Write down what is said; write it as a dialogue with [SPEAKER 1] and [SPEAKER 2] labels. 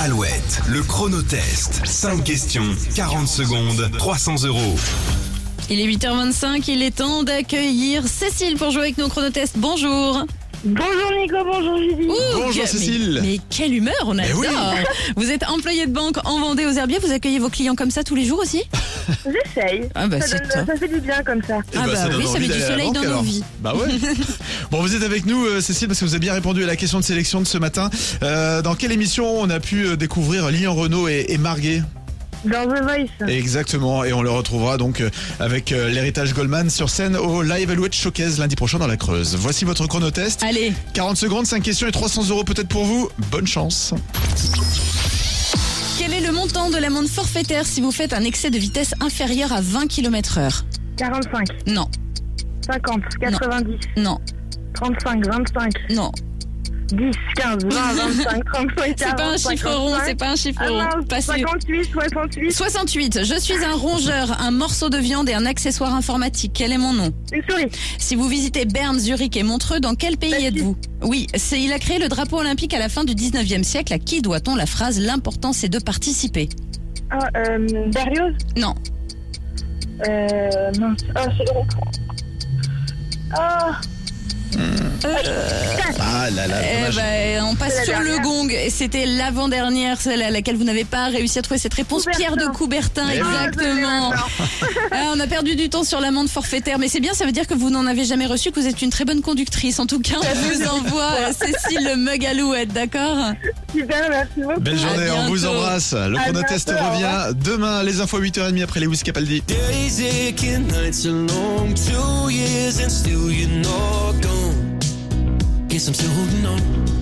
[SPEAKER 1] Alouette, le chronotest. 5 questions, 40 secondes, 300 euros.
[SPEAKER 2] Il est 8h25, il est temps d'accueillir Cécile pour jouer avec nos chronotests. Bonjour.
[SPEAKER 3] Bonjour Nico, bonjour Julie.
[SPEAKER 2] Ouh,
[SPEAKER 1] Bonjour,
[SPEAKER 2] que- mais-
[SPEAKER 1] Cécile.
[SPEAKER 2] Mais, quelle humeur, on adore.
[SPEAKER 1] oui.
[SPEAKER 2] Vous êtes employé de banque en Vendée aux Herbiers, vous accueillez vos clients comme ça tous les jours aussi
[SPEAKER 3] J'essaye.
[SPEAKER 2] Ah bah,
[SPEAKER 3] ça,
[SPEAKER 2] c'est
[SPEAKER 3] donne-
[SPEAKER 2] top.
[SPEAKER 3] ça fait du bien comme ça.
[SPEAKER 2] Ah
[SPEAKER 4] Eh ben,
[SPEAKER 2] bah
[SPEAKER 4] donne
[SPEAKER 2] oui, ça
[SPEAKER 4] envie
[SPEAKER 2] met du
[SPEAKER 4] d'aller à la
[SPEAKER 2] soleil dans
[SPEAKER 4] banque,
[SPEAKER 2] nos
[SPEAKER 4] alors.
[SPEAKER 2] vies.
[SPEAKER 4] Bah ouais. bon, vous êtes avec nous, euh, Cécile, parce que vous avez bien répondu à la question de sélection de ce matin. Euh, dans quelle émission on a pu euh, découvrir Lilian Renault et, et Marguet
[SPEAKER 3] Dans The Voice.
[SPEAKER 4] Exactement, et on le retrouvera donc euh, avec euh, l'héritage Goldman sur scène au Live Alouette Showcase lundi prochain dans la Creuse. Voici votre chronotest.
[SPEAKER 2] Allez,
[SPEAKER 4] 40 secondes, 5 questions et 300 euros peut-être pour vous. Bonne chance.
[SPEAKER 2] quel est le montant de l'amende forfaitaire si vous faites un excès de vitesse inférieur à 20 km heure
[SPEAKER 3] 45,
[SPEAKER 2] Non,
[SPEAKER 3] 50, 90,
[SPEAKER 2] non,
[SPEAKER 3] 35, 25,
[SPEAKER 2] non.
[SPEAKER 3] 10, 15, 20, 25, 35, 40.
[SPEAKER 2] C'est pas un chiffre rond,
[SPEAKER 3] 55.
[SPEAKER 2] c'est pas un chiffre
[SPEAKER 3] Ah
[SPEAKER 2] rond.
[SPEAKER 3] mince,
[SPEAKER 2] Passez.
[SPEAKER 3] 58, 68,
[SPEAKER 2] 68. Je suis un rongeur, un morceau de viande et un accessoire informatique. Quel est mon nom
[SPEAKER 3] une souris.
[SPEAKER 2] Si vous visitez Berne, Zurich et Montreux, dans quel pays
[SPEAKER 3] Belgique.
[SPEAKER 2] êtes-vous Oui, c'est il a créé le drapeau olympique à la fin du 19e siècle. À qui doit-on la phrase L'important c'est de participer
[SPEAKER 3] Ah, euh, Berlioz
[SPEAKER 2] Non.
[SPEAKER 3] Euh, mince. Ah, c'est rond. Ah,
[SPEAKER 4] Ah là là,
[SPEAKER 2] Eh
[SPEAKER 4] dommage.
[SPEAKER 2] ben, on passe
[SPEAKER 3] C'est
[SPEAKER 2] sur
[SPEAKER 3] la
[SPEAKER 2] le
[SPEAKER 3] dernière.
[SPEAKER 2] gong. Et C'était l'avant-dernière, celle à laquelle vous n'avez pas réussi à trouver cette réponse. Pierre de Coubertin,
[SPEAKER 4] Eh oui.
[SPEAKER 2] exactement.
[SPEAKER 3] Ah,
[SPEAKER 2] Ah, on a perdu du temps sur l'amende forfaitaire, mais c'est bien, ça veut dire que vous n'en avez jamais reçu, que vous êtes une très bonne conductrice. En tout cas, on vous envoie euh, Cécile le mug à Louette, d'accord
[SPEAKER 3] super, merci beaucoup.
[SPEAKER 4] Belle journée, on vous
[SPEAKER 2] bientôt.
[SPEAKER 4] embrasse. Le
[SPEAKER 3] À
[SPEAKER 4] chronotest
[SPEAKER 3] bientôt, au
[SPEAKER 4] revient demain, les infos à 8h30 après les Wiz Capaldi.
[SPEAKER 5] Days aching, nights are long, two years and still you're not gone. Guess I'm still holding on.